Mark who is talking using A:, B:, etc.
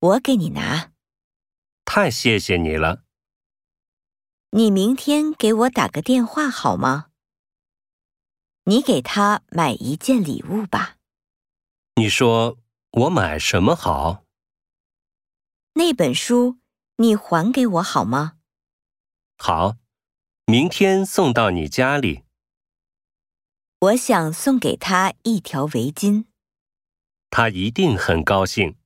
A: 我给你拿。
B: 太谢谢你了，
A: 你明天给我打个电话好吗？你给他买一件礼物吧，
B: 你说我买什么好？
A: 那本书你还给我好吗？
B: 好，明天送到你家里。
A: 我想送给他一条围巾。
B: 他一定很高兴。